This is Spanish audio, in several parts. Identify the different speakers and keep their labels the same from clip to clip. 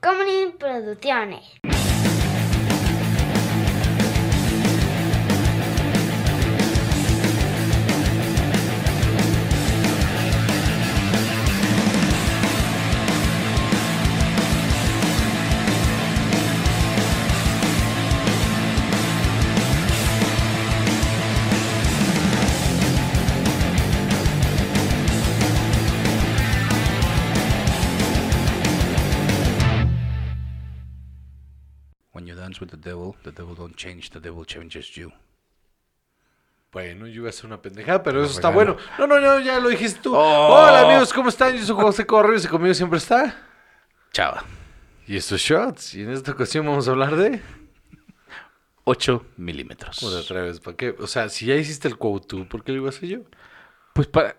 Speaker 1: Comedy Producciones.
Speaker 2: When you dance with the devil, the devil don't change, the devil changes you.
Speaker 3: Bueno, yo iba a hacer una pendejada, pero eso está
Speaker 2: regalo.
Speaker 3: bueno. No, no, no, ya lo dijiste tú.
Speaker 2: Oh.
Speaker 3: Hola amigos, ¿cómo están? Yo soy José Correos y conmigo siempre está.
Speaker 2: Chava.
Speaker 3: Y estos shots. Y en esta ocasión vamos a hablar de.
Speaker 2: 8
Speaker 3: ¿Cómo te
Speaker 2: milímetros.
Speaker 3: atreves? ¿Para qué? O sea, si ya hiciste el quote tú, ¿por qué lo iba a hacer yo?
Speaker 2: Pues para...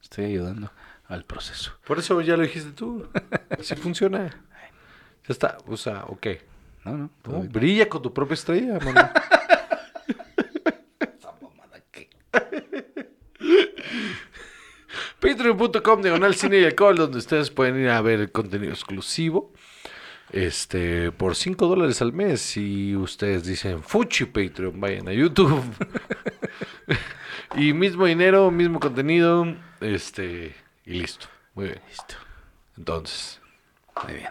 Speaker 2: Estoy ayudando al proceso.
Speaker 3: Por eso ya lo dijiste tú. Así funciona. Ya está. O sea, ok.
Speaker 2: No, no.
Speaker 3: No,
Speaker 2: todo bien.
Speaker 3: brilla con tu propia estrella, mano. Patreon.com diagonal cine y alcohol, donde ustedes pueden ir a ver el contenido exclusivo. Este, por 5 dólares al mes. Si ustedes dicen Fuchi Patreon, vayan a YouTube. y mismo dinero, mismo contenido. Este, y listo. Muy bien.
Speaker 2: Listo.
Speaker 3: Entonces,
Speaker 2: Muy bien.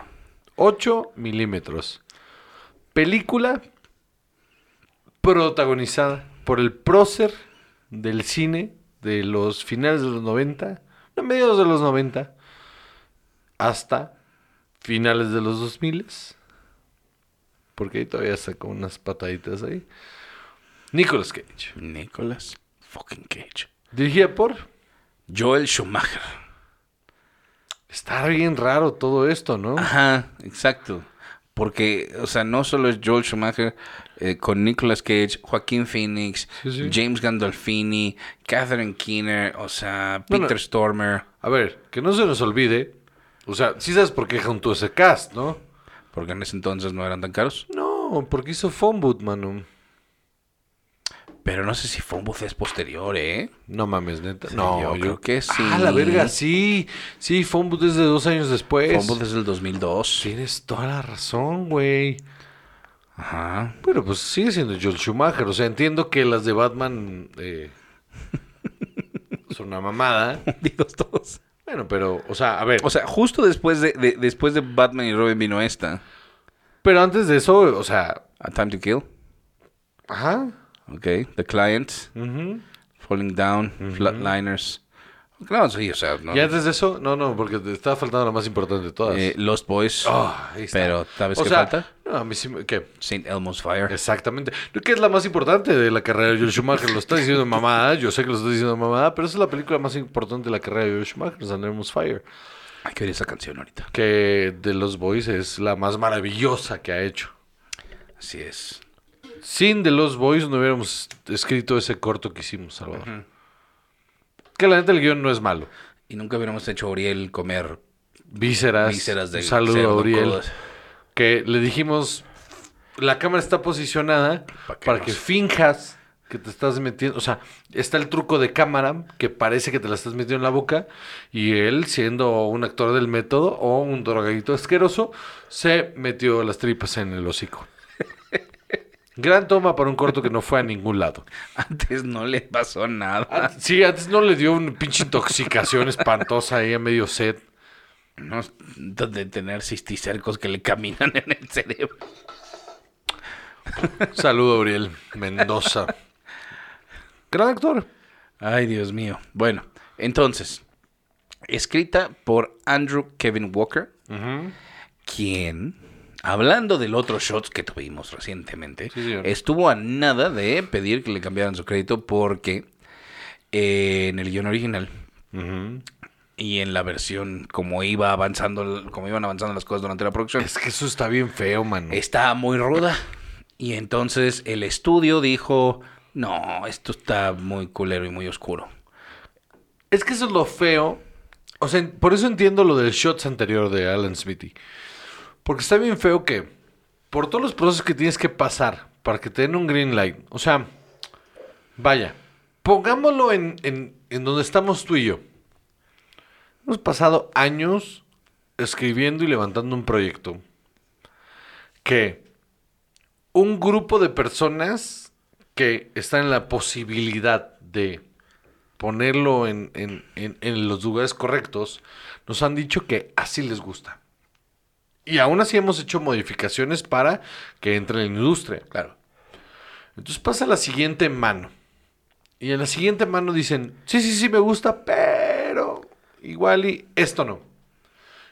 Speaker 3: 8 milímetros. Película protagonizada por el prócer del cine de los finales de los 90, no, mediados de los 90, hasta finales de los 2000. Porque ahí todavía está con unas pataditas ahí. Nicolas Cage.
Speaker 2: Nicolas fucking Cage.
Speaker 3: Dirigida por...
Speaker 2: Joel Schumacher.
Speaker 3: Está bien raro todo esto, ¿no?
Speaker 2: Ajá, exacto. Porque, o sea, no solo es Joel Schumacher, eh, con Nicolas Cage, Joaquín Phoenix,
Speaker 3: Sí, sí.
Speaker 2: James Gandolfini, Catherine Keener, o sea,
Speaker 3: No, no.
Speaker 2: Peter Stormer.
Speaker 3: A ver, que no se nos olvide. O sea, sí sabes por qué juntó ese cast, ¿no?
Speaker 2: Porque en ese entonces no eran tan caros.
Speaker 3: No, porque hizo Phoneboot, mano.
Speaker 2: Pero no sé si fue un buceo posterior, ¿eh?
Speaker 3: No mames, neta.
Speaker 2: yo
Speaker 3: no,
Speaker 2: creo que sí.
Speaker 3: Ah, la verga, sí. Sí, Phoneboot es de dos años después.
Speaker 2: Fombo desde el 2002.
Speaker 3: Tienes toda la razón, güey.
Speaker 2: Ajá.
Speaker 3: Pero pues sigue siendo Joel Schumacher. O sea, entiendo que las de Batman eh, son una mamada.
Speaker 2: Hundidos todos.
Speaker 3: Bueno, pero, o sea, a ver.
Speaker 2: O sea, justo después de, de- después de Batman y Robin vino esta.
Speaker 3: pero antes de eso, o sea,
Speaker 2: A Time to Kill.
Speaker 3: ajá.
Speaker 2: Ok. The Client.
Speaker 3: ujú.
Speaker 2: Falling Down. Flatliners. Claro, sí, o sea, no.
Speaker 3: Y antes de eso, no, no, porque te estaba faltando la más importante de todas.
Speaker 2: Eh, Lost Boys.
Speaker 3: Ah, ahí está.
Speaker 2: Pero, ¿sabes
Speaker 3: O
Speaker 2: qué
Speaker 3: sea,
Speaker 2: falta?
Speaker 3: No, a mí sí me- ¿Qué?
Speaker 2: St. Elmo's Fire.
Speaker 3: Exactamente. Creo que es la más importante de la carrera de Joel Schumacher. Lo está diciendo mamada. Yo sé que lo está diciendo mamada, pero esa es la película más importante de la carrera de Joel Schumacher, Sandermo's Fire.
Speaker 2: Hay que oír esa canción ahorita.
Speaker 3: Que de los Boys es la más maravillosa que ha hecho.
Speaker 2: Así es.
Speaker 3: Sin de los Boys no hubiéramos escrito ese corto que hicimos, Salvador. Que la neta el guión no es malo.
Speaker 2: Y nunca hubiéramos hecho a Uriel comer
Speaker 3: Vísceras.
Speaker 2: vísceras de
Speaker 3: Ah, Un saludo
Speaker 2: cerdo
Speaker 3: a Uriel.
Speaker 2: crudas.
Speaker 3: Que le dijimos, la cámara está posicionada
Speaker 2: Pa' que
Speaker 3: para
Speaker 2: no
Speaker 3: que
Speaker 2: se-
Speaker 3: finjas que te estás metiendo. O sea, está el truco de cámara que parece que te la estás metiendo en la boca. Y él, siendo un actor del método o un drogadito asqueroso, se metió las tripas en el hocico. Gran toma para un corto que no fue a ningún lado.
Speaker 2: Antes no le pasó nada.
Speaker 3: Antes- Sí, antes no le dio una pinche intoxicación espantosa ahí a medio set.
Speaker 2: No, de tener cisticercos que le caminan en el cerebro.
Speaker 3: Saludo, Auriel Mendoza. Gran actor.
Speaker 2: Ay, Dios mío. Bueno, entonces, escrita por Andrew Kevin Walker, quien, hablando del otro shot que tuvimos recientemente,
Speaker 3: Sí, señor.
Speaker 2: estuvo a nada de pedir que le cambiaran su crédito porque eh, en el guión original y en la versión como iba avanzando, como iban avanzando las cosas durante la producción,
Speaker 3: Es que eso está bien feo, mano.
Speaker 2: está muy ruda. Y entonces el estudio dijo, no, esto está muy culero y muy oscuro.
Speaker 3: Es que eso es lo feo. O sea, por eso entiendo lo del shots anterior de Alan Smithy. Porque está bien feo que por todos los procesos que tienes que pasar para que te den un green light. O sea, vaya, pongámoslo en, en- en donde estamos tú y yo. Hemos pasado años escribiendo y levantando un proyecto que un grupo de personas que están en la posibilidad de ponerlo en, en- en- en los lugares correctos, nos han dicho que así les gusta. Y aún así hemos hecho modificaciones para que entre en la industria. Claro. Entonces pasa la siguiente mano. Y en la siguiente mano dicen, sí, sí, sí, me gusta, pero igual y esto no.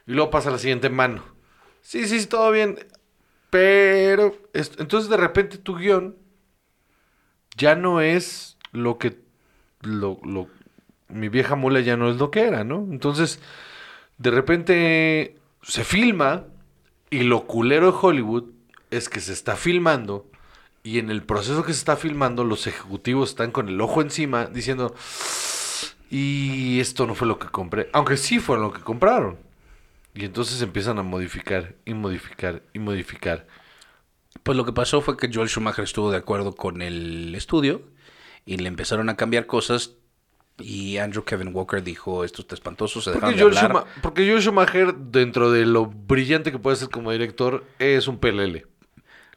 Speaker 3: Y luego pasa la siguiente mano. Sí, sí, sí, todo bien, pero... esto- Entonces de repente tu guión ya no es lo que... Lo, lo- mi vieja mula ya no es lo que era, ¿no? Entonces de repente se filma y lo culero de Hollywood es que se está filmando y en el proceso que se está filmando los ejecutivos están con el ojo encima diciendo y esto no fue lo que compré, aunque sí fue lo que compraron. Y entonces empiezan a modificar y modificar y modificar.
Speaker 2: Pues lo que pasó fue que Joel Schumacher estuvo de acuerdo con el estudio y le empezaron a cambiar cosas y Andrew Kevin Walker dijo, esto está espantoso, se dejaron
Speaker 3: Porque
Speaker 2: de
Speaker 3: Joel,
Speaker 2: hablar.
Speaker 3: Schuma- porque Joel Schumacher, dentro de lo brillante que puede ser como director, es un pelele.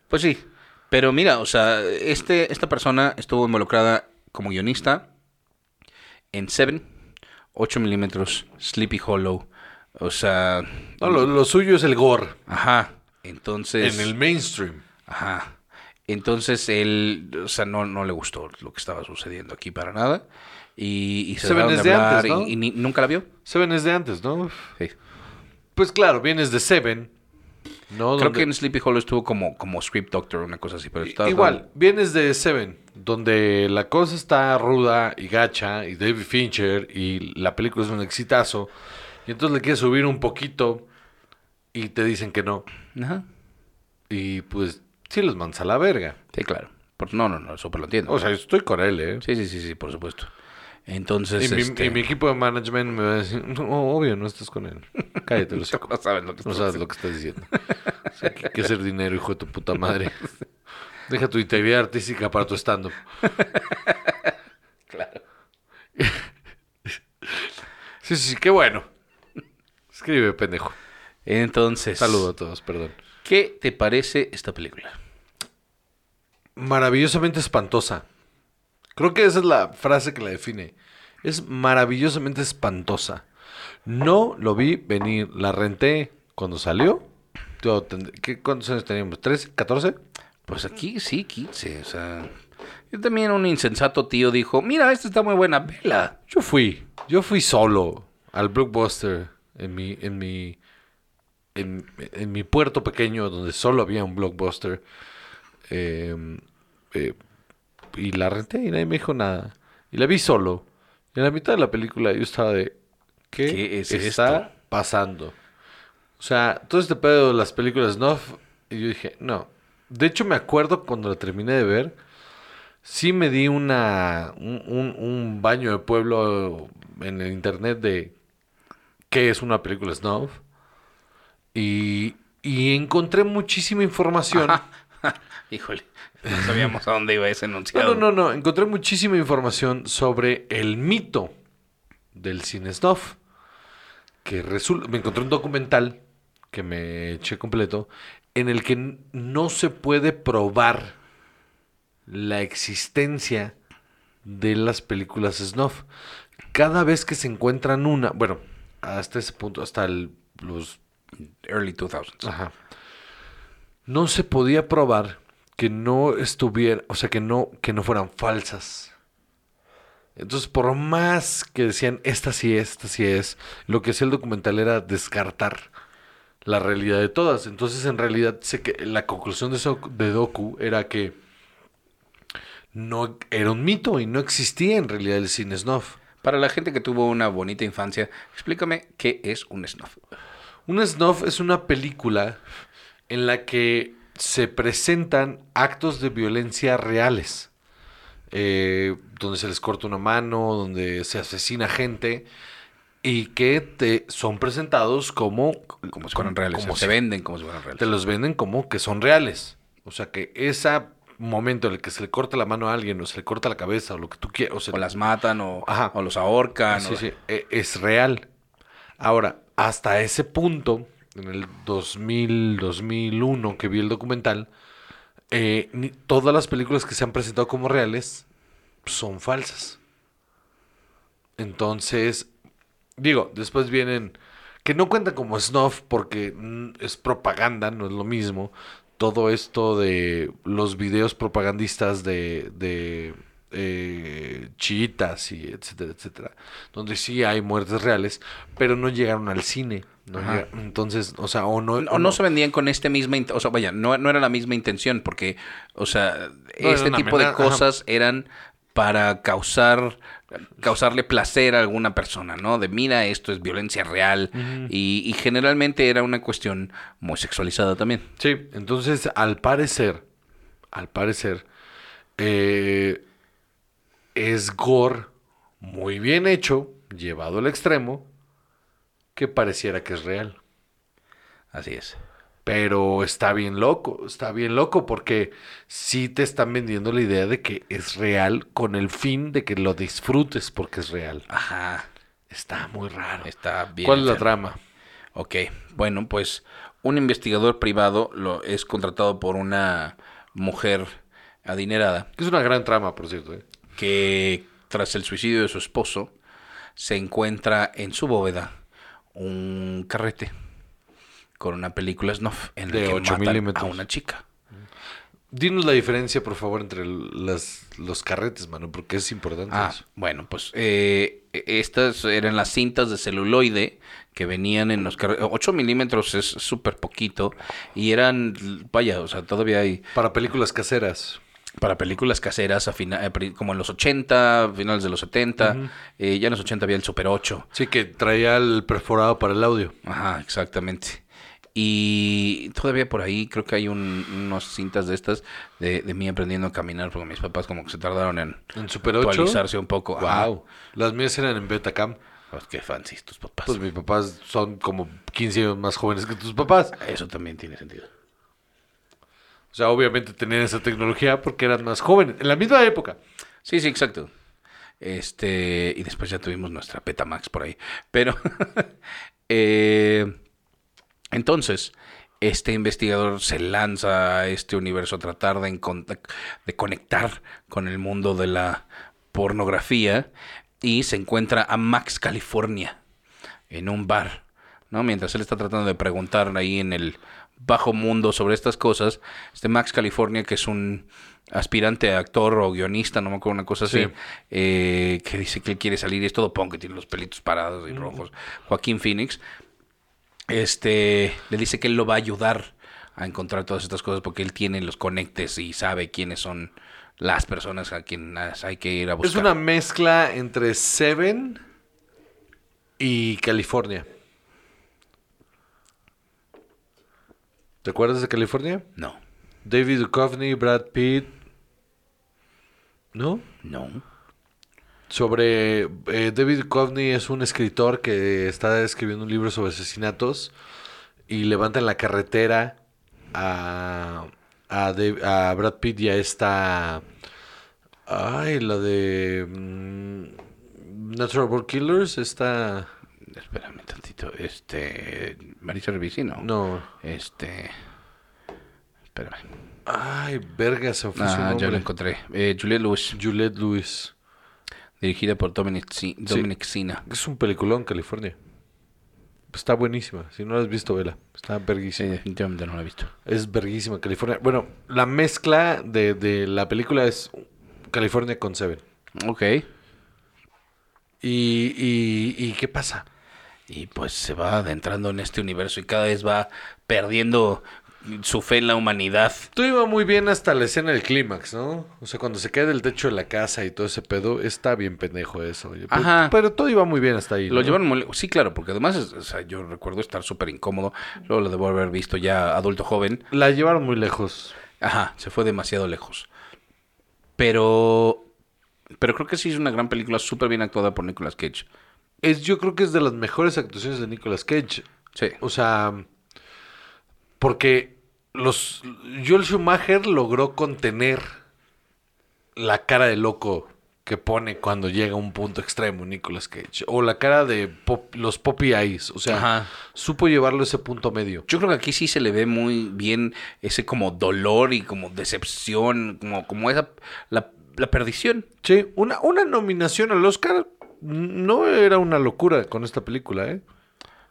Speaker 2: Pues sí, pero mira, o sea, este, esta persona estuvo involucrada como guionista en Seven, 8 milímetros, Sleepy Hollow, o sea...
Speaker 3: No, lo, lo suyo es el gore
Speaker 2: Ajá, entonces...
Speaker 3: en el mainstream.
Speaker 2: Ajá. Entonces él, o sea, no, no le gustó lo que estaba sucediendo aquí para nada. Y, y se
Speaker 3: Se ven
Speaker 2: dejaron de
Speaker 3: desde
Speaker 2: hablar
Speaker 3: antes,
Speaker 2: y-
Speaker 3: ¿no?
Speaker 2: y, ni- nunca la vio.
Speaker 3: Seven es de antes, ¿no?
Speaker 2: Sí.
Speaker 3: Pues claro, vienes de Seven. ¿no?
Speaker 2: Creo
Speaker 3: Donde-
Speaker 2: que en Sleepy Hollow estuvo como, como script doctor o una cosa así, pero estaba-
Speaker 3: Igual, vienes de Seven, donde la cosa está ruda y gacha, y David Fincher, y la película es un exitazo, y entonces le quieres subir un poquito, y te dicen que no,
Speaker 2: Ajá.
Speaker 3: y pues sí los mandas a la verga.
Speaker 2: Sí, claro. Por- no, no, no, eso lo entiendo.
Speaker 3: O sea, yo estoy con él, ¿eh?
Speaker 2: sí, sí, sí, sí, por supuesto. Entonces,
Speaker 3: y, mi,
Speaker 2: este,
Speaker 3: y mi equipo de management me va a decir, no, obvio, no estás con él. Cállate, los
Speaker 2: no saben lo que
Speaker 3: No
Speaker 2: estoy
Speaker 3: sabes lo que estás diciendo. O sea, que hay que hacer dinero, hijo de tu puta madre. Deja tu integridad artística para tu stand-up.
Speaker 2: Claro.
Speaker 3: Sí, sí, sí, qué bueno. Escribe, pendejo.
Speaker 2: Entonces,
Speaker 3: Saludo a todos, perdón.
Speaker 2: ¿Qué te parece esta película?
Speaker 3: Maravillosamente espantosa. Creo que esa es la frase que la define. Es maravillosamente espantosa. No lo vi venir. La renté cuando salió. Yo tend- ¿qué- ¿Cuántos años teníamos? ¿13? ¿14?
Speaker 2: Pues aquí sí, 15, o sea... Yo también un insensato tío dijo, mira, esta está muy buena, vela.
Speaker 3: Yo fui. Yo fui solo al blockbuster en mi, en mi, en, en mi puerto pequeño donde solo había un blockbuster. Eh, eh, y la renté y nadie me dijo nada. Y la vi solo. Y en la mitad de la película yo estaba de... ¿Qué,
Speaker 2: ¿Qué es
Speaker 3: está
Speaker 2: esto?
Speaker 3: pasando? O sea, todo este pedo de las películas snuff. Y yo dije, no. De hecho, me acuerdo cuando la terminé de ver. Sí me di una, un, un- un baño de pueblo en el internet de qué es una película snuff. Y, y encontré muchísima información.
Speaker 2: Híjole, no sabíamos a dónde iba ese enunciado.
Speaker 3: No, no, no, no. Encontré muchísima información sobre el mito del cine snuff. Que resulta. Me encontré un documental que me eché completo. En el que n- no se puede probar la existencia de las películas snuff. Cada vez que se encuentran una. Bueno, hasta ese punto, hasta el- los
Speaker 2: Early 2000s.
Speaker 3: Ajá. No se podía probar que no estuviera, o sea, que no, que no fueran falsas. Entonces, por más que decían, esta sí es, esta sí es, lo que hacía el documental era descartar la realidad de todas. Entonces, en realidad, sé que la conclusión de, eso- de Doku era que no era un mito y no existía en realidad el cine snuff.
Speaker 2: Para la gente que tuvo una bonita infancia, explícame qué es un snuff.
Speaker 3: Un snuff es una película en la que se presentan actos de violencia reales. Eh, donde se les corta una mano, donde se asesina gente y que te son presentados como...
Speaker 2: Como si fueran reales.
Speaker 3: como
Speaker 2: se
Speaker 3: si-
Speaker 2: venden como si fueran reales.
Speaker 3: te los venden como que son reales. O sea que ese momento en el que se le corta la mano a alguien o se le corta la cabeza o lo que tú quieras. o se
Speaker 2: O
Speaker 3: le-
Speaker 2: las matan o,
Speaker 3: Ajá.
Speaker 2: o los ahorcan.
Speaker 3: Sí,
Speaker 2: o-
Speaker 3: sí, e- es real. eh, Ahora, hasta ese punto, en el 2000, 2001 que vi el documental, eh, ni- todas las películas que se han presentado como reales son falsas. Entonces, digo, después vienen, que no cuentan como snuff porque mm, es propaganda, no es lo mismo. Todo esto de los videos propagandistas de, de eh, chiitas y etcétera, etcétera, donde sí hay muertes reales, pero no llegaron al cine. no
Speaker 2: Ajá.
Speaker 3: llega- entonces, o sea, o no...
Speaker 2: O no se vendían con este misma, int- o sea, vaya, no, no era la misma intención, porque, o sea,
Speaker 3: era
Speaker 2: este
Speaker 3: una
Speaker 2: tipo de
Speaker 3: amenaza,
Speaker 2: cosas eran para causar, causarle placer a alguna persona, ¿no? De mira, esto es violencia real, y, y generalmente era una cuestión muy sexualizada también.
Speaker 3: Sí, entonces al parecer, al parecer, eh, es gore muy bien hecho, llevado al extremo, que pareciera que es real.
Speaker 2: Así es.
Speaker 3: Pero está bien loco, está bien loco porque sí te están vendiendo la idea de que es real con el fin de que lo disfrutes porque es real.
Speaker 2: Ajá,
Speaker 3: Está muy raro.
Speaker 2: está bien.
Speaker 3: ¿Cuál es la
Speaker 2: enfermo.
Speaker 3: trama?
Speaker 2: Ok, bueno, pues un investigador privado lo es contratado por una mujer adinerada
Speaker 3: Es una gran trama, por cierto. ¿eh?
Speaker 2: que tras el suicidio de su esposo se encuentra en su bóveda un carrete con una película snuff en la
Speaker 3: De
Speaker 2: que
Speaker 3: 8
Speaker 2: matan
Speaker 3: milímetros.
Speaker 2: a una chica.
Speaker 3: Dinos la diferencia, por favor, entre el- las, los carretes, mano, porque es importante
Speaker 2: Ah,
Speaker 3: eso.
Speaker 2: bueno, pues eh, estas eran las cintas de celuloide que venían en los carretes. 8 milímetros es súper poquito y eran, vaya, o sea, todavía hay
Speaker 3: Para películas caseras.
Speaker 2: para películas caseras a fina- a pri- como en los 80, finales de los 70. eh, ya en los 80 había el Super 8.
Speaker 3: Sí, que traía el perforado para el audio.
Speaker 2: Ajá, exactamente. Y todavía por ahí creo que hay un- unas cintas de estas de, de mí aprendiendo a caminar porque mis papás como que se tardaron en
Speaker 3: En Super 8.
Speaker 2: actualizarse un poco. Ajá.
Speaker 3: Wow. Las mías eran en Betacam.
Speaker 2: Pues qué fancies tus papás.
Speaker 3: Pues mis papás son como 15 años más jóvenes que tus papás.
Speaker 2: Eso también tiene sentido.
Speaker 3: O sea, obviamente tenían esa tecnología porque eran más jóvenes. En la misma época.
Speaker 2: Sí, sí, exacto. Este, y después ya tuvimos nuestra Petamax por ahí. Pero, eh, entonces, este investigador se lanza a este universo a tratar de, encont- de conectar con el mundo de la pornografía y se encuentra a Max California en un bar, ¿no? Mientras él está tratando de preguntar ahí en el bajo mundo sobre estas cosas, este Max California, que es un aspirante a actor o guionista, no me acuerdo, una cosa así,
Speaker 3: Sí.
Speaker 2: eh, que dice que él quiere salir, y es todo punk, que tiene los pelitos parados y rojos, Joaquín Phoenix, este, le dice que él lo va a ayudar a encontrar todas estas cosas porque él tiene los conectes y sabe quiénes son las personas a quienes hay que ir a buscar.
Speaker 3: Es una mezcla entre Seven y California. ¿Te acuerdas de California?
Speaker 2: No,
Speaker 3: David Duchovny, Brad Pitt. ¿No?
Speaker 2: no.
Speaker 3: sobre eh, David Duchovny es un escritor que está escribiendo un libro sobre asesinatos y levanta en la carretera a a, Dave- a Brad Pitt y a esta ay la de mm, Natural Born Killers esta
Speaker 2: Espérame tantito. Este. Marisa Revisi, ¿no?
Speaker 3: no
Speaker 2: Este. Espérame.
Speaker 3: ay verga se fue su
Speaker 2: Ah, ya lo
Speaker 3: nombre
Speaker 2: encontré. Eh, Juliette Lewis,
Speaker 3: Juliette Lewis
Speaker 2: dirigida por Dominic, Si- Dominic Sina.
Speaker 3: es un peliculón California está buenísima si no la has visto vela está
Speaker 2: Sí,
Speaker 3: verguísima
Speaker 2: definitivamente no la he visto.
Speaker 3: Es verguísima California. Bueno, la mezcla de, de la película es California con Seven.
Speaker 2: Ok.
Speaker 3: ¿Y, y, y qué pasa?
Speaker 2: Y pues se va adentrando en este universo y cada vez va perdiendo su fe en la humanidad.
Speaker 3: Todo iba muy bien hasta la escena del clímax, ¿no? O sea, cuando se cae del techo de la casa y todo ese pedo, está bien pendejo eso. oye. Pero,
Speaker 2: Ajá.
Speaker 3: pero todo iba muy bien hasta ahí.
Speaker 2: Lo
Speaker 3: ¿no?
Speaker 2: llevaron muy le- Sí, claro, porque además, es- o sea, yo recuerdo estar súper incómodo. Luego lo debo haber visto ya adulto joven.
Speaker 3: La llevaron muy lejos.
Speaker 2: Ajá, se fue demasiado lejos. Pero. Pero creo que sí es una gran película súper bien actuada por Nicolas Cage.
Speaker 3: Es, yo creo que es de las mejores actuaciones de Nicolas Cage.
Speaker 2: Sí.
Speaker 3: O sea, porque los Joel Schumacher logró contener la cara de loco que pone cuando llega a un punto extremo Nicolas Cage. O la cara de pop- los Poppy Eyes. O sea,
Speaker 2: Ajá.
Speaker 3: supo llevarlo a ese punto medio.
Speaker 2: Yo creo que aquí sí se le ve muy bien ese como dolor y como decepción, como, como esa la, la perdición.
Speaker 3: Sí, una, una nominación al Oscar no era una locura con esta película, ¿eh?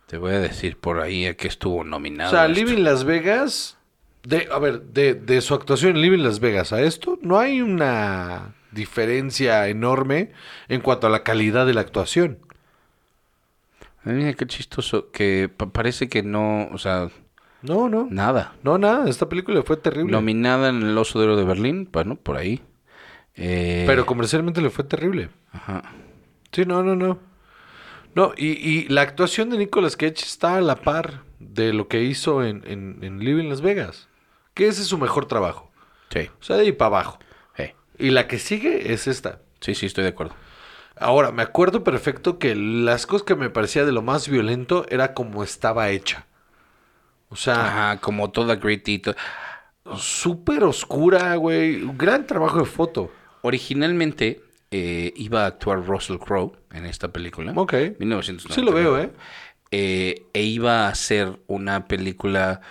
Speaker 2: Te voy a decir por ahí a qué estuvo este nominado.
Speaker 3: O sea,
Speaker 2: esto.
Speaker 3: Living Las Vegas, de, a ver, de, de su actuación en Living Las Vegas a esto, no hay una diferencia enorme en cuanto a la calidad de la actuación.
Speaker 2: Ay, Mira qué chistoso, que pa- parece que no, o sea,
Speaker 3: No, no.
Speaker 2: nada.
Speaker 3: No, nada, esta película fue terrible.
Speaker 2: Nominada en el Oso de Oro de Berlín, bueno, por ahí. Eh,
Speaker 3: Pero comercialmente le fue terrible.
Speaker 2: ajá.
Speaker 3: Sí, no, no, no. No, y, y la actuación de Nicolas Cage está a la par de lo que hizo en, en, en Living Las Vegas. Que ese es su mejor trabajo.
Speaker 2: Sí,
Speaker 3: O sea, de ahí para abajo.
Speaker 2: eh,
Speaker 3: Y la que sigue es esta.
Speaker 2: sí, sí, estoy de acuerdo.
Speaker 3: Ahora, me acuerdo perfecto que las cosas que me parecía de lo más violento era como estaba hecha. O sea,
Speaker 2: Ajá, como toda gritty. to-
Speaker 3: súper oscura, güey. Un gran trabajo de foto.
Speaker 2: Originalmente eh, iba a actuar Russell Crowe en esta película.
Speaker 3: Ok.
Speaker 2: 1999.
Speaker 3: Sí lo veo, ¿eh?
Speaker 2: Eh, E iba a hacer una película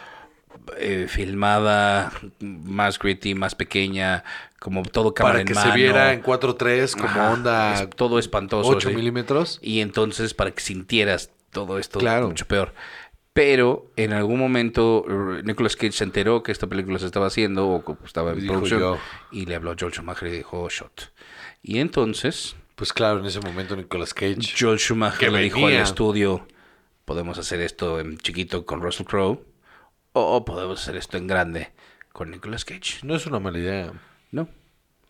Speaker 2: eh, filmada más gritty, más pequeña, como todo cámara
Speaker 3: Para
Speaker 2: en
Speaker 3: que se
Speaker 2: mano.
Speaker 3: viera en 4.3 como
Speaker 2: Ajá,
Speaker 3: onda
Speaker 2: es- todo espantoso.
Speaker 3: 8
Speaker 2: sí.
Speaker 3: milímetros.
Speaker 2: Y entonces para que sintieras todo esto
Speaker 3: Claro.
Speaker 2: mucho peor. Pero en algún momento r- Nicolas Cage se enteró que esta película se estaba haciendo o que estaba en
Speaker 3: Dijo
Speaker 2: producción
Speaker 3: yo.
Speaker 2: y le habló a Joel Schumacher y dijo shot. Y entonces
Speaker 3: Pues claro, en ese momento Nicolas Cage.
Speaker 2: Joel Schumacher
Speaker 3: Que
Speaker 2: le dijo al
Speaker 3: venía.
Speaker 2: estudio, podemos hacer esto en chiquito con Russell Crowe o podemos hacer esto en grande con Nicolas Cage.
Speaker 3: No es una mala idea.
Speaker 2: No.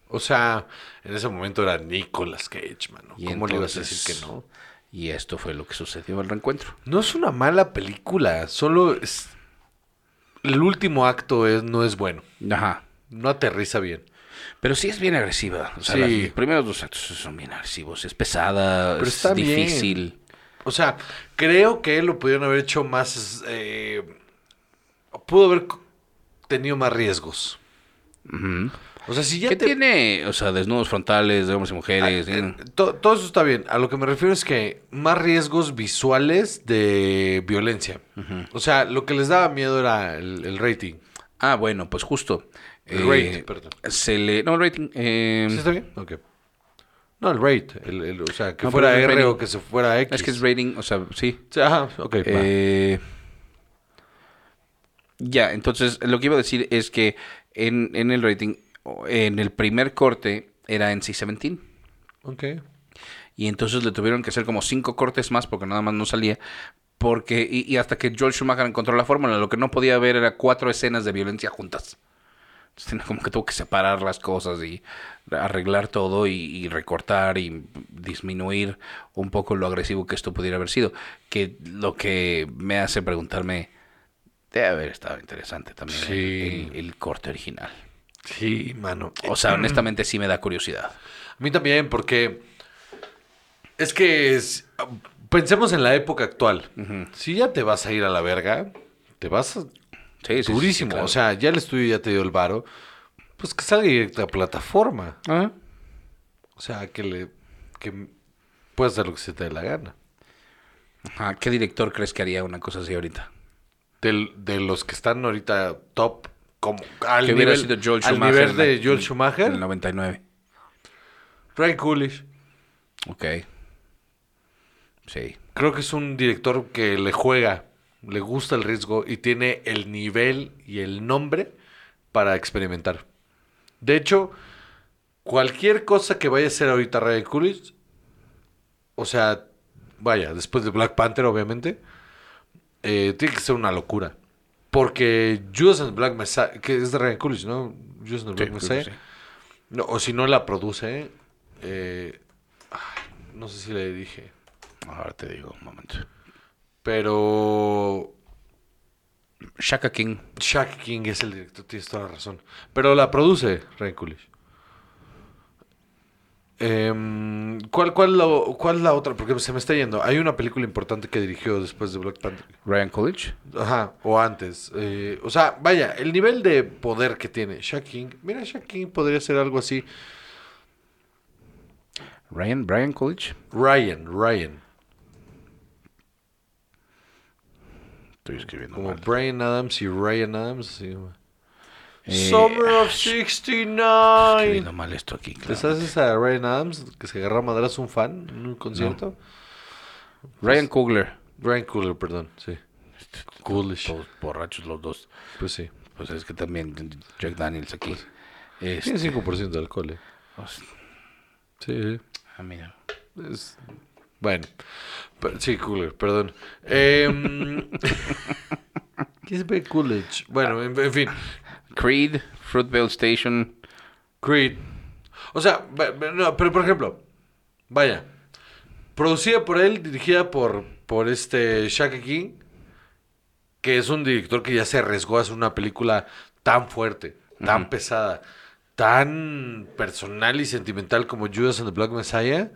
Speaker 3: O sea, en ese momento era Nicolas Cage, mano.
Speaker 2: Y
Speaker 3: ¿Cómo le ibas a
Speaker 2: entonces-
Speaker 3: decir que no?
Speaker 2: Y esto fue lo que sucedió al reencuentro.
Speaker 3: No es una mala película, solo es... El último acto es, no es bueno.
Speaker 2: Ajá.
Speaker 3: No aterriza bien.
Speaker 2: Pero sí es bien agresiva. O sea,
Speaker 3: Sí.
Speaker 2: los primeros dos actos son bien agresivos. Es pesada,
Speaker 3: Pero
Speaker 2: es
Speaker 3: está bien.
Speaker 2: difícil.
Speaker 3: O sea, creo que lo pudieron haber hecho más... eh, pudo haber c- tenido más riesgos.
Speaker 2: Ujú.
Speaker 3: O sea, si ya
Speaker 2: ¿Qué
Speaker 3: te-
Speaker 2: tiene? O sea, desnudos frontales de hombres y mujeres.
Speaker 3: Ah,
Speaker 2: ¿sí?
Speaker 3: eh, to- todo eso está bien. A lo que me refiero es que más riesgos visuales de violencia. O sea, lo que les daba miedo era el, el rating.
Speaker 2: Ah, bueno, pues justo. eh,
Speaker 3: El rating, perdón.
Speaker 2: Se le... No, el rating. eh,
Speaker 3: ¿Sí está bien? Ok. No, el rate. El, el- o sea, que
Speaker 2: No,
Speaker 3: fuera
Speaker 2: pero es
Speaker 3: R
Speaker 2: rating.
Speaker 3: o que se fuera X.
Speaker 2: es que es rating, o sea, sí.
Speaker 3: Sí, Ajá, ok. va.
Speaker 2: Eh, ya, entonces lo que iba a decir es que en, en el rating, o- en el primer corte era en C-17.
Speaker 3: ok.
Speaker 2: Y entonces le tuvieron que hacer como cinco cortes más porque nada más no salía. Porque, y, y hasta que Joel Schumacher encontró la fórmula, lo que no podía ver era cuatro escenas de violencia juntas. Entonces tenía como que tuvo que separar las cosas y arreglar todo y, y recortar y disminuir un poco lo agresivo que esto pudiera haber sido. Que lo que me hace preguntarme, debe haber estado interesante también
Speaker 3: Sí.
Speaker 2: el- el corte original.
Speaker 3: Sí, mano.
Speaker 2: O sea, honestamente sí me da curiosidad.
Speaker 3: A mí también, porque es que es- pensemos en la época actual. Si ya te vas a ir a la verga, te vas a-
Speaker 2: Sí, sí, sí, sí,
Speaker 3: durísimo.
Speaker 2: claro.
Speaker 3: O sea, ya el estudio ya te dio el varo. Pues que salga directo a plataforma.
Speaker 2: Ah.
Speaker 3: O sea, que le que puedas hacer lo que se te dé la gana.
Speaker 2: Ajá, Ah, ¿Qué director crees que haría una cosa así ahorita?
Speaker 3: Del- De, los que están ahorita top, como al,
Speaker 2: que
Speaker 3: nivel,
Speaker 2: hubiera sido Joel
Speaker 3: al
Speaker 2: Schumacher.
Speaker 3: nivel
Speaker 2: en la-
Speaker 3: de Joel
Speaker 2: En el
Speaker 3: Schumacher,
Speaker 2: 99.
Speaker 3: Ray Coolish.
Speaker 2: Ok. Sí.
Speaker 3: Creo que es un director que le juega, le gusta el riesgo y tiene el nivel y el nombre para experimentar. De hecho, cualquier cosa que vaya a hacer ahorita Ryan Coolidge, o sea, vaya, después de Black Panther, obviamente, eh, tiene que ser una locura. Porque Judas and the Black Messiah, que es de Ryan Coolidge, ¿no? Judas and the
Speaker 2: Sí,
Speaker 3: Black
Speaker 2: creo que
Speaker 3: Messiah. No, o si no la produce, eh, ay, no sé si le dije.
Speaker 2: Ahora te digo un momento.
Speaker 3: Pero
Speaker 2: Shaka King.
Speaker 3: Shaq King es el director, tienes toda la razón. Pero la produce Ryan Coolidge. Em, ¿cuál, cuál, la- cuál es la otra? Porque se me está yendo. Hay una película importante que dirigió después de Black Panther.
Speaker 2: Ryan Coolidge.
Speaker 3: Ajá, o antes. Eh, o sea, vaya, el nivel de poder que tiene Shaq King. Mira, Shaq King podría ser algo así.
Speaker 2: Ryan, Brian College.
Speaker 3: Ryan, Ryan.
Speaker 2: Estoy escribiendo
Speaker 3: Como
Speaker 2: mal.
Speaker 3: Brian Adams y Ryan Adams. sí, güey.
Speaker 2: Eh,
Speaker 3: Summer of
Speaker 2: Estoy
Speaker 3: 69.
Speaker 2: escribiendo mal esto aquí.
Speaker 3: ¿Les
Speaker 2: claramente.
Speaker 3: haces a Ryan Adams que se agarra a madrazos un fan en un concierto?
Speaker 2: Ryan Coogler.
Speaker 3: Brian Cooler, perdón, sí. Coolish.
Speaker 2: Todos borrachos los dos.
Speaker 3: Pues sí.
Speaker 2: Pues es que también Jack Daniels aquí. Este,
Speaker 3: Tiene 5% de alcohol, eh.
Speaker 2: os-
Speaker 3: Sí, sí.
Speaker 2: ah, mira.
Speaker 3: Es- Bueno. Pero- sí, Cooler, perdón. Em, ¿Qué es B. Coolidge? Bueno, en, en fin.
Speaker 2: Creed, Fruitvale Station.
Speaker 3: Creed. O sea, ve- ve- no, pero por ejemplo, vaya. Producida por él, dirigida por, por este Shaq King, que es un director que ya se arriesgó a hacer una película tan fuerte, tan pesada, tan personal y sentimental como Judas and the Black Messiah.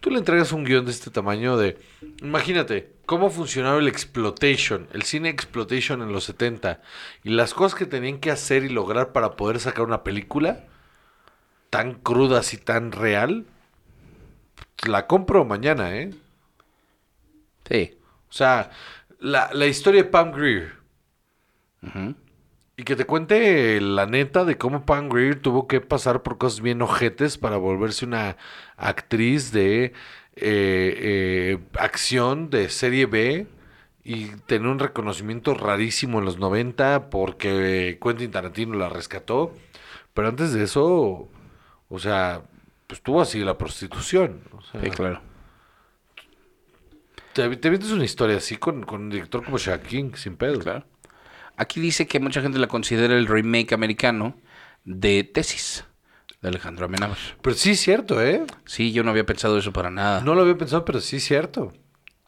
Speaker 3: Tú le entregas un guión de este tamaño de... Imagínate, cómo funcionaba el exploitation, el cine exploitation en los 70 y las cosas que tenían que hacer y lograr para poder sacar una película tan cruda y tan real, la compro mañana, ¿eh?
Speaker 2: Sí.
Speaker 3: O sea, la, la historia de Pam Greer.
Speaker 2: Ujú.
Speaker 3: Y que te cuente la neta de cómo Pam Greer tuvo que pasar por cosas bien ojetes para volverse una actriz de eh, eh, acción de serie B y tener un reconocimiento rarísimo en los 90 porque Quentin Tarantino la rescató. Pero antes de eso, o sea, pues tuvo así la prostitución. o sea,
Speaker 2: Sí, claro.
Speaker 3: te, te vienes una historia así con, con un director como Shaq King, sin pedo.
Speaker 2: Claro. Aquí dice que mucha gente la considera el remake americano de Tesis, de Alejandro Amenábar.
Speaker 3: Pero sí es cierto, ¿eh?
Speaker 2: Sí, yo no había pensado eso para nada.
Speaker 3: No lo había pensado, pero sí es cierto.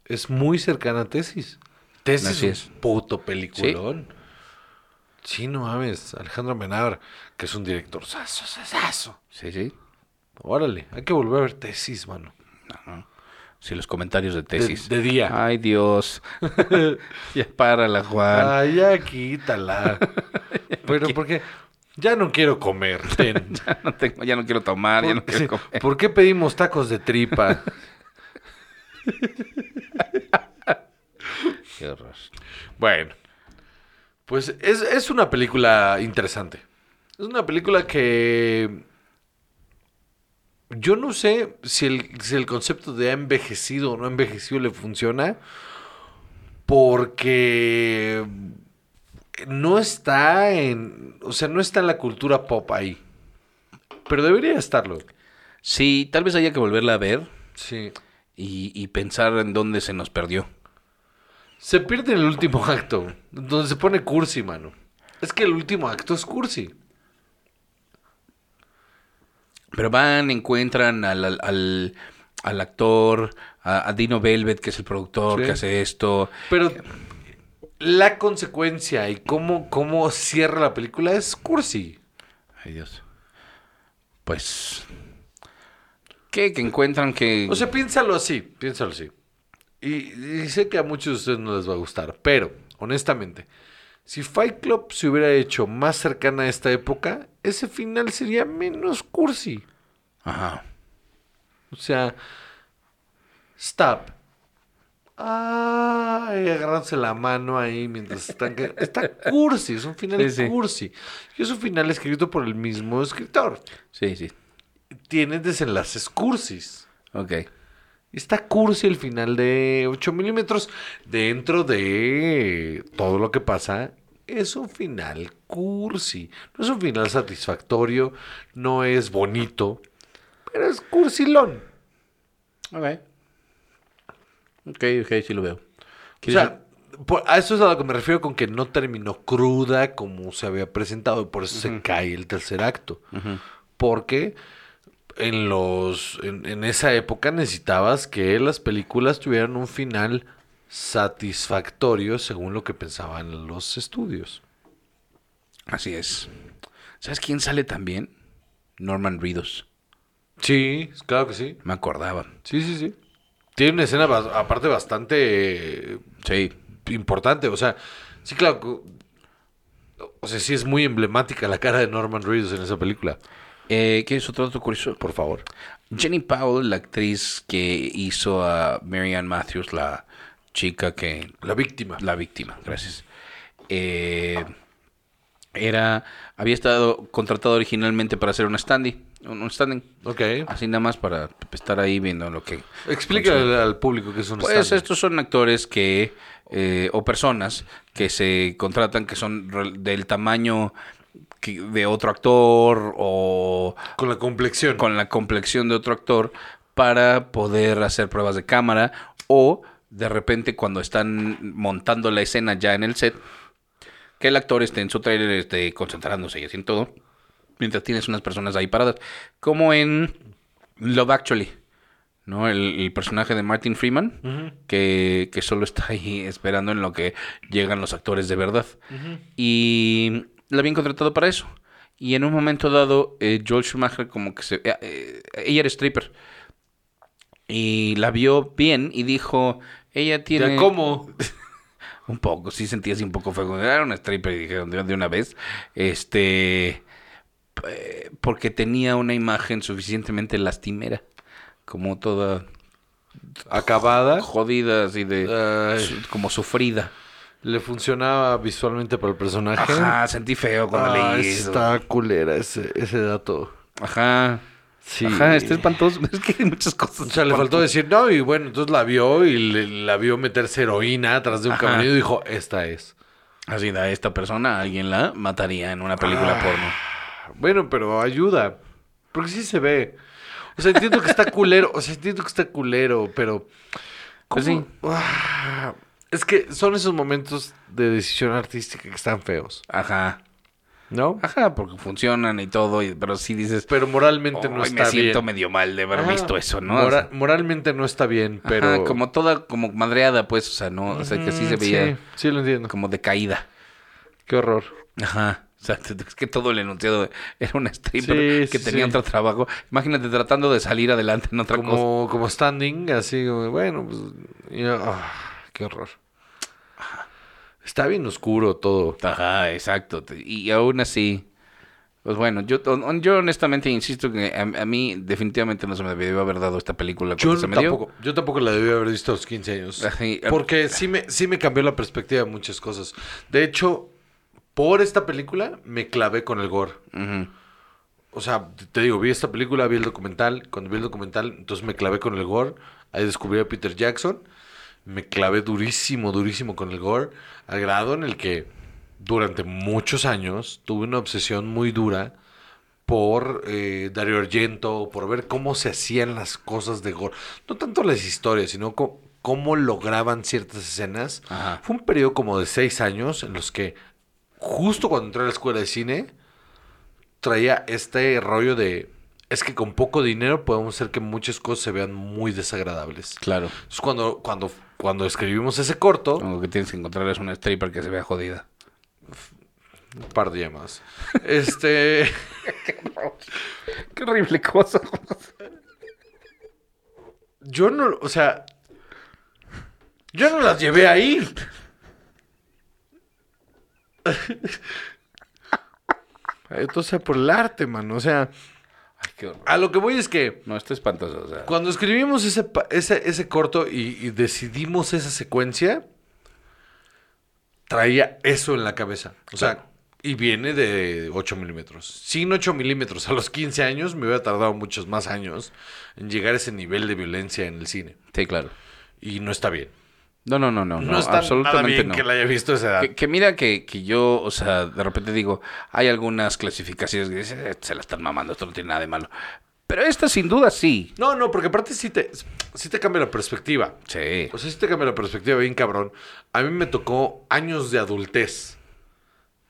Speaker 3: Es muy cercana a Tesis. Tesis
Speaker 2: Así
Speaker 3: es
Speaker 2: es.
Speaker 3: un puto peliculón. ¿Sí? no mames. Alejandro Menabar, que es un director saso, sasazo.
Speaker 2: Sí, sí.
Speaker 3: Órale, hay que volver a ver Tesis, mano.
Speaker 2: Sí, los comentarios de Tesis.
Speaker 3: De, de día.
Speaker 2: Ay, Dios. ya párala, Juan.
Speaker 3: Ay, ya quítala. pero porque ya no quiero comer. ten.
Speaker 2: No tengo- ya no quiero tomar, ya no
Speaker 3: ¿Por, qué,
Speaker 2: quiero comer.
Speaker 3: por qué pedimos tacos de tripa?
Speaker 2: Qué horror.
Speaker 3: Bueno, pues es, es una película interesante. Es una película que yo no sé si el, si el concepto de ha envejecido o no ha envejecido le funciona, porque no está en, o sea, no está en la cultura pop ahí, pero debería estarlo.
Speaker 2: Sí, tal vez haya que volverla a ver
Speaker 3: Sí.
Speaker 2: y, y pensar en dónde se nos perdió.
Speaker 3: Se pierde en el último acto, donde se pone cursi, mano. Es que el último acto es cursi.
Speaker 2: Pero van, encuentran al, al, al- al actor, a, a Dino Velvet, que es el productor
Speaker 3: Sí.
Speaker 2: que hace esto.
Speaker 3: Pero la consecuencia y cómo, cómo cierra la película es cursi.
Speaker 2: Ay, Dios. Pues. ¿Qué? Que encuentran que.
Speaker 3: O sea, piénsalo así, piénsalo así. Y, y sé que a muchos de ustedes no les va a gustar, pero honestamente, si Fight Club se hubiera hecho más cercana a esta época, ese final sería menos cursi.
Speaker 2: Ajá.
Speaker 3: O sea, stop. Ay, agarrándose la mano ahí mientras están... ca- Está cursi, es un final
Speaker 2: Sí, sí.
Speaker 3: cursi. Y es un final escrito por el mismo escritor.
Speaker 2: Sí, sí.
Speaker 3: tiene desenlaces cursis.
Speaker 2: Ok.
Speaker 3: Está cursi el final de 8 milímetros. Dentro de todo lo que pasa, es un final cursi. No es un final satisfactorio, no es bonito, pero es cursilón.
Speaker 2: Ok. Ok, ok, sí lo veo.
Speaker 3: O sea, por- a eso es a lo que me refiero con que no terminó cruda como se había presentado y por eso se cae el tercer acto. Porque en los en, en esa época necesitabas que las películas tuvieran un final satisfactorio según lo que pensaban los estudios.
Speaker 2: Así es. ¿Sabes quién sale también? Norman Reedus.
Speaker 3: Sí, claro que sí.
Speaker 2: Me acordaba.
Speaker 3: Sí, sí, sí. Tiene una escena bas- aparte bastante eh,
Speaker 2: Sí.
Speaker 3: importante. O sea, sí, claro. cu- O sea, sí es muy emblemática la cara de Norman Reedus en esa película.
Speaker 2: Eh, ¿Quieres otro dato curioso?
Speaker 3: Por favor.
Speaker 2: Jenny Powell, la actriz que hizo a Mary Ann Matthews, la chica que...
Speaker 3: La víctima.
Speaker 2: La víctima, gracias. Eh, era... Había estado contratado originalmente para hacer un standing. Un un standing.
Speaker 3: Ok.
Speaker 2: Así nada más para estar ahí viendo lo que...
Speaker 3: Explícale al, al público que es un
Speaker 2: Pues
Speaker 3: stand-up.
Speaker 2: estos son actores que eh, o personas que se contratan que son re- del tamaño que- de otro actor o
Speaker 3: Con la complexión.
Speaker 2: con la complexión de otro actor para poder hacer pruebas de cámara o de repente cuando están montando la escena ya en el set que el actor esté en su trailer esté concentrándose y haciendo todo mientras tienes unas personas ahí paradas como en Love Actually ¿no? El, el personaje de Martin Freeman, que, que solo está ahí esperando en lo que llegan los actores de verdad. Y la habían contratado para eso. Y en un momento dado, eh, Joel Schumacher como que se... eh, eh, ella era stripper. Y la vio bien y dijo, ella tiene...
Speaker 3: Ya, ¿Cómo?
Speaker 2: Un poco, sí sentí así un poco feo. como, Era una stripper y dijeron de de una vez. Este. eh, Porque tenía una imagen suficientemente lastimera. Como toda
Speaker 3: Acabada.
Speaker 2: jodida, así de.
Speaker 3: ¿Ah? Ay.
Speaker 2: su- Como sufrida.
Speaker 3: Le funcionaba visualmente para el personaje.
Speaker 2: Ajá, sentí feo cuando
Speaker 3: Ah,
Speaker 2: leí eso.
Speaker 3: está culera ese, ese dato.
Speaker 2: Ajá.
Speaker 3: Sí.
Speaker 2: Ajá, está espantoso. Es que hay muchas
Speaker 3: O
Speaker 2: cosas.
Speaker 3: sea, le faltó decir, no, y bueno, entonces la vio y le- la vio meterse heroína atrás de un
Speaker 2: Ajá.
Speaker 3: camino y dijo, esta es.
Speaker 2: Así da esta persona, alguien la mataría en una película
Speaker 3: Ah.
Speaker 2: porno.
Speaker 3: Bueno, pero ayuda. Porque sí se ve. O sea, entiendo que está culero. O sea, entiendo que está culero, pero.
Speaker 2: Pues
Speaker 3: ¿cómo?
Speaker 2: sí.
Speaker 3: Ah, es que son esos momentos de decisión artística que están feos,
Speaker 2: Ajá.
Speaker 3: ¿no?
Speaker 2: Ajá, porque funcionan y todo, y- pero sí dices.
Speaker 3: Pero moralmente no
Speaker 2: "Ay,
Speaker 3: está
Speaker 2: me siento
Speaker 3: bien.
Speaker 2: medio mal de haber
Speaker 3: Ajá.
Speaker 2: visto eso, ¿no? O sea,
Speaker 3: Mora- moralmente no está bien, pero.
Speaker 2: Ajá, como toda, como madreada, pues, o sea, no, o sea, que sí se
Speaker 3: Mm,
Speaker 2: veía
Speaker 3: Sí, sí lo entiendo.
Speaker 2: como decaída.
Speaker 3: Qué horror.
Speaker 2: Ajá. O sea, es que todo el enunciado era una stripper
Speaker 3: Sí,
Speaker 2: que
Speaker 3: sí,
Speaker 2: tenía
Speaker 3: sí.
Speaker 2: otro trabajo. Imagínate tratando de salir adelante en otra cosa.
Speaker 3: Como, como standing, así, como, bueno, pues. y- ah, qué horror. Está bien oscuro todo.
Speaker 2: Ajá, exacto. Te- Y aún así, pues bueno, yo, hon- yo honestamente insisto que a, a mí definitivamente no se me debió haber dado esta película
Speaker 3: Yo
Speaker 2: cuando se me dio.
Speaker 3: tampoco, yo tampoco la debí haber visto a los 15 años.
Speaker 2: Ay, ah.
Speaker 3: Porque sí me, sí me cambió la perspectiva de muchas cosas. De hecho, por esta película me clavé con el gore.
Speaker 2: Ujú.
Speaker 3: O sea, te- te digo, vi esta película, vi el documental. Cuando vi el documental, entonces me clavé con el gore. Ahí descubrí a Peter Jackson. Me clavé durísimo, durísimo con el gore. Al grado en el que durante muchos años tuve una obsesión muy dura por eh, Dario Argento, por ver cómo se hacían las cosas de gore. No tanto las historias, sino co- cómo lograban ciertas escenas.
Speaker 2: Ajá.
Speaker 3: Fue un periodo como de seis años en los que justo cuando entré a la escuela de cine traía este rollo de es que con poco dinero podemos hacer que muchas cosas se vean muy desagradables.
Speaker 2: Claro.
Speaker 3: Entonces, cuando, cuando, cuando escribimos ese corto,
Speaker 2: Lo que tienes que encontrar es una stripper que se vea jodida.
Speaker 3: un par de días más. Este.
Speaker 2: Qué horrible cosa.
Speaker 3: Yo no, o sea, yo no las llevé ahí. Esto sea por el arte, mano. O sea,
Speaker 2: Ay, qué horror.
Speaker 3: a lo que voy es que
Speaker 2: No, esto es espantoso. O sea.
Speaker 3: cuando escribimos ese, pa- ese, ese corto y, y decidimos esa secuencia, traía eso en la cabeza. O sea,
Speaker 2: Claro.
Speaker 3: y viene de 8 milímetros. Sin 8 milímetros, a los 15 años me hubiera tardado muchos más años en llegar a ese nivel de violencia en el cine.
Speaker 2: Sí, claro.
Speaker 3: Y no está bien.
Speaker 2: No, no, no, no.
Speaker 3: No,
Speaker 2: no,
Speaker 3: está absolutamente
Speaker 2: absolutamente
Speaker 3: nada bien
Speaker 2: no.
Speaker 3: que la haya visto a esa edad.
Speaker 2: Que, que mira que, que yo, o sea, de repente digo, hay algunas clasificaciones que dices, "Eh, se la están mamando, esto no tiene nada de malo. Pero esta sin duda sí.
Speaker 3: No, no, porque aparte sí te, sí te cambia la perspectiva.
Speaker 2: Sí.
Speaker 3: O sea, sí te cambia la perspectiva bien cabrón. A mí me tocó años de adultez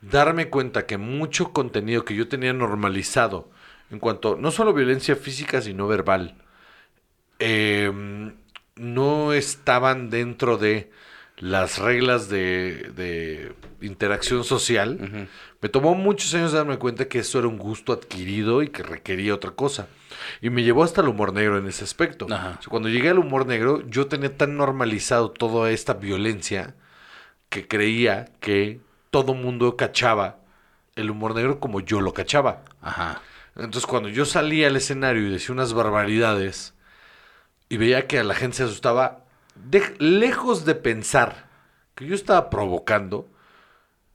Speaker 3: darme cuenta que mucho contenido que yo tenía normalizado en cuanto no solo violencia física, sino verbal, eh, no estaban dentro de las reglas de, de interacción social. Me tomó muchos años darme cuenta que eso era un gusto adquirido y que requería otra cosa. Y me llevó hasta el humor negro en ese aspecto.
Speaker 2: Ajá.
Speaker 3: O sea, cuando llegué al humor negro, yo tenía tan normalizado toda esta violencia que creía que todo mundo cachaba el humor negro como yo lo cachaba.
Speaker 2: Ajá.
Speaker 3: Entonces, cuando yo salía al escenario y decía unas barbaridades y veía que a la gente se asustaba, de- lejos de pensar que yo estaba provocando,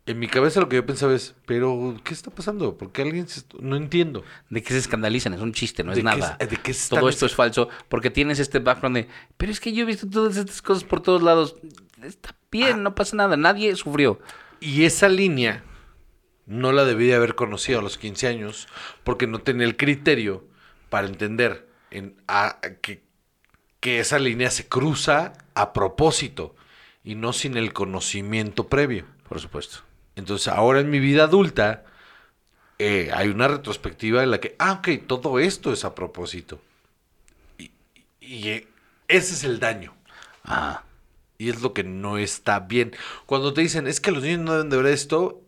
Speaker 3: en mi cabeza lo que yo pensaba es, pero ¿qué está pasando? ¿Por qué alguien se est- No entiendo.
Speaker 2: ¿De qué se escandalizan? Es un chiste, no es
Speaker 3: ¿De qué
Speaker 2: nada.
Speaker 3: es- de qué se
Speaker 2: Todo
Speaker 3: están-
Speaker 2: esto es falso porque tienes este background de, pero es que yo he visto todas estas cosas por todos lados. Está bien, no pasa nada, nadie sufrió.
Speaker 3: Y esa línea no la debí de haber conocido a los 15 años porque no tenía el criterio para entender en- a- a que, que esa línea se cruza a propósito y no sin el conocimiento previo.
Speaker 2: Por supuesto.
Speaker 3: Entonces ahora en mi vida adulta eh, hay una retrospectiva en la que, ah, ok, todo esto es a propósito. Y, y, eh, ese es el daño.
Speaker 2: Ah,
Speaker 3: Y es lo que no está bien. Cuando te dicen, es que los niños no deben de ver esto,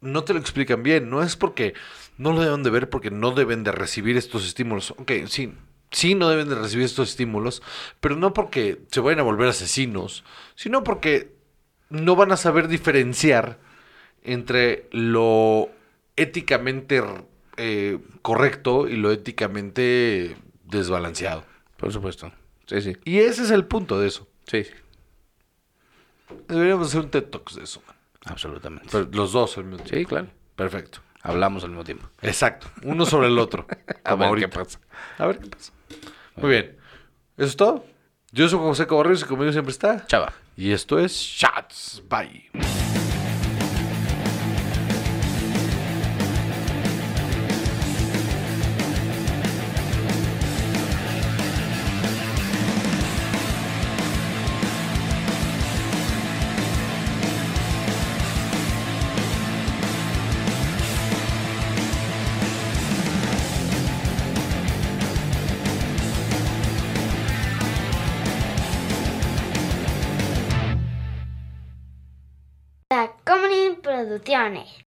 Speaker 3: no te lo explican bien. No es porque no lo deben de ver porque no deben de recibir estos estímulos. Ok, sí, sí no deben de recibir estos estímulos, pero no porque se vayan a volver asesinos, sino porque no van a saber diferenciar entre lo éticamente eh, correcto y lo éticamente desbalanceado.
Speaker 2: por supuesto. Sí, sí.
Speaker 3: Y ese es el punto de eso.
Speaker 2: Sí, sí.
Speaker 3: Deberíamos hacer un TED Talks de eso. man.
Speaker 2: Absolutamente.
Speaker 3: Pero los dos al mismo tiempo.
Speaker 2: sí, claro.
Speaker 3: Perfecto.
Speaker 2: Hablamos al mismo tiempo.
Speaker 3: Exacto. Uno sobre el otro.
Speaker 2: A
Speaker 3: como
Speaker 2: ver
Speaker 3: ahorita.
Speaker 2: qué pasa.
Speaker 3: Ah, A ver qué pasa. Muy bien. ¿Eso es todo? Yo soy José Cabarrero y conmigo siempre está.
Speaker 2: Chava.
Speaker 3: Y esto es Shots. Bye.
Speaker 1: Tacomunin Producciones.